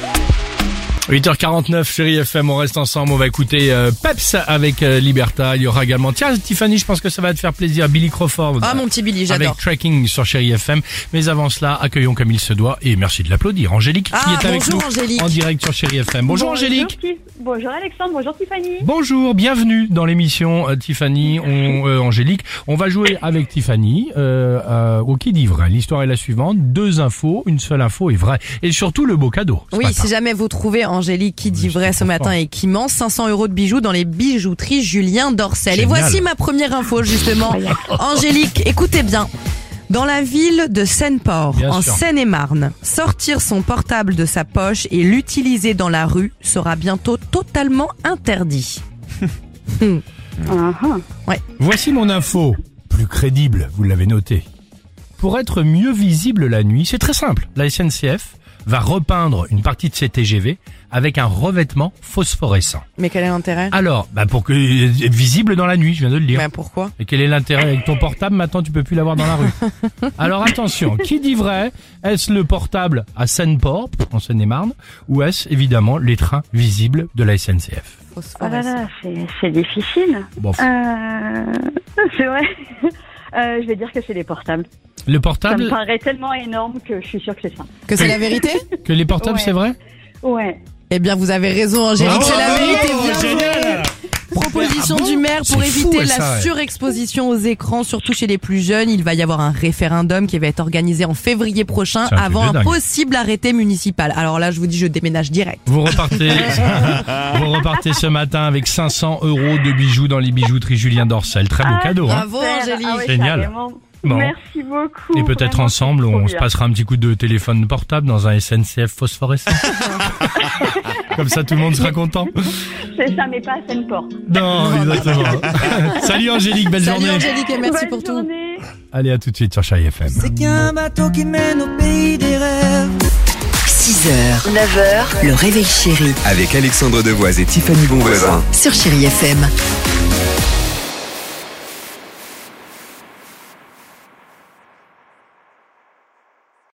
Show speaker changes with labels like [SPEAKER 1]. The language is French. [SPEAKER 1] Voilà. 8h49, chérie FM, on reste ensemble, on va écouter euh, Peps avec euh, Liberta, il y aura également, tiens Tiffany, je pense que ça va te faire plaisir, Billy Crawford.
[SPEAKER 2] Ah mon petit Billy,
[SPEAKER 1] avec
[SPEAKER 2] j'adore.
[SPEAKER 1] Tracking sur Chéri FM. Mais avant cela, accueillons comme il se doit et merci de l'applaudir. Angélique qui
[SPEAKER 2] Ah,
[SPEAKER 1] est avec
[SPEAKER 2] bonjour,
[SPEAKER 1] nous
[SPEAKER 2] Angélique.
[SPEAKER 1] en direct sur Chéri FM. Bonjour, Angélique.
[SPEAKER 3] Tiff- Bonjour Alexandre, bonjour Tiffany.
[SPEAKER 1] Bonjour, bienvenue dans l'émission euh, Tiffany, on, euh, Angélique. On va jouer avec Tiffany euh, euh, au qui dit vrai. L'histoire est la suivante deux infos, une seule info est vraie et surtout le beau cadeau. ce
[SPEAKER 2] Oui,
[SPEAKER 1] matin.
[SPEAKER 2] si jamais vous trouvez Angélique qui dit
[SPEAKER 1] Oui, je
[SPEAKER 2] vrai ce
[SPEAKER 1] comprends
[SPEAKER 2] matin
[SPEAKER 1] pas.
[SPEAKER 2] et qui ment, 500 euros de bijoux dans les bijouteries Julien Dorcel. Et
[SPEAKER 1] Génial.
[SPEAKER 2] voici ma première info justement. Angélique, écoutez bien. Dans la ville de Seine-Port,
[SPEAKER 1] Bien
[SPEAKER 2] en
[SPEAKER 1] sûr.
[SPEAKER 2] Seine-et-Marne, sortir son portable de sa poche et l'utiliser dans la rue sera bientôt totalement interdit.
[SPEAKER 1] Voici mon info, plus crédible, vous l'avez noté. Pour être mieux visible la nuit, c'est très simple. La SNCF va repeindre une partie de ses TGV avec un revêtement phosphorescent.
[SPEAKER 2] Mais quel est l'intérêt
[SPEAKER 1] Alors, bah pour que être visible dans la nuit, je viens de le dire.
[SPEAKER 2] Mais pourquoi
[SPEAKER 1] Et quel est l'intérêt avec ton portable Maintenant, tu peux plus l'avoir dans la rue. Alors attention, qui dit vrai Est-ce le portable à Seine-Port, en Seine-et-Marne, ou est-ce évidemment les trains visibles de la SNCF
[SPEAKER 3] Ah là là, c'est- c'est difficile.
[SPEAKER 1] Bon,
[SPEAKER 2] Ah,
[SPEAKER 3] Euh, c'est vrai. Euh, je vais dire que c'est les portables.
[SPEAKER 1] le
[SPEAKER 3] Ça me
[SPEAKER 1] portable,
[SPEAKER 3] paraît tellement énorme que je suis sûre que c'est ça.
[SPEAKER 2] Que c'est la vérité
[SPEAKER 1] que les portables,
[SPEAKER 3] Ouais.
[SPEAKER 1] c'est vrai
[SPEAKER 3] Ouais.
[SPEAKER 2] Eh bien, vous avez raison, Angélique, c'est la vérité. Bien joué. Proposition
[SPEAKER 1] Ah bon
[SPEAKER 2] du maire pour
[SPEAKER 1] C'est fou,
[SPEAKER 2] éviter
[SPEAKER 1] ça,
[SPEAKER 2] la
[SPEAKER 1] ouais.
[SPEAKER 2] surexposition aux écrans, surtout chez les plus jeunes. Il va y avoir un référendum qui va être organisé en février prochain
[SPEAKER 1] C'est un truc
[SPEAKER 2] avant
[SPEAKER 1] de
[SPEAKER 2] un
[SPEAKER 1] dingue.
[SPEAKER 2] possible arrêté municipal. Alors là, je vous dis, je déménage direct.
[SPEAKER 1] Vous repartez, vous repartez ce matin avec 500 euros de bijoux dans les bijouteries Julien Dorsel. Très beau
[SPEAKER 3] Ah,
[SPEAKER 1] cadeau. hein.
[SPEAKER 2] Bravo,
[SPEAKER 3] super.
[SPEAKER 2] Angélique.
[SPEAKER 3] Ah ouais,
[SPEAKER 1] Génial.
[SPEAKER 3] carrément.
[SPEAKER 1] Bon.
[SPEAKER 3] Merci beaucoup.
[SPEAKER 1] Et peut-être
[SPEAKER 3] vraiment,
[SPEAKER 1] ensemble,
[SPEAKER 3] c'est trop
[SPEAKER 1] on se
[SPEAKER 3] bien.
[SPEAKER 1] passera un petit coup de téléphone portable dans un SNCF phosphorescent. Comme ça, tout le monde sera content.
[SPEAKER 3] C'est ça, mais pas à Seine-Port.
[SPEAKER 1] Non, exactement. Salut Angélique, belle
[SPEAKER 2] Salut
[SPEAKER 1] journée.
[SPEAKER 2] Angélique et merci
[SPEAKER 3] Bonne
[SPEAKER 2] pour tout.
[SPEAKER 3] journée.
[SPEAKER 1] Allez, à tout de suite sur Chai FM.
[SPEAKER 4] C'est qu'un bateau qui mène au pays des rêves.
[SPEAKER 5] 6h, 9h, le réveil chéri
[SPEAKER 6] Avec Alexandre Devoise et Tiffany Bonvoisin.
[SPEAKER 5] sur Chéri FM.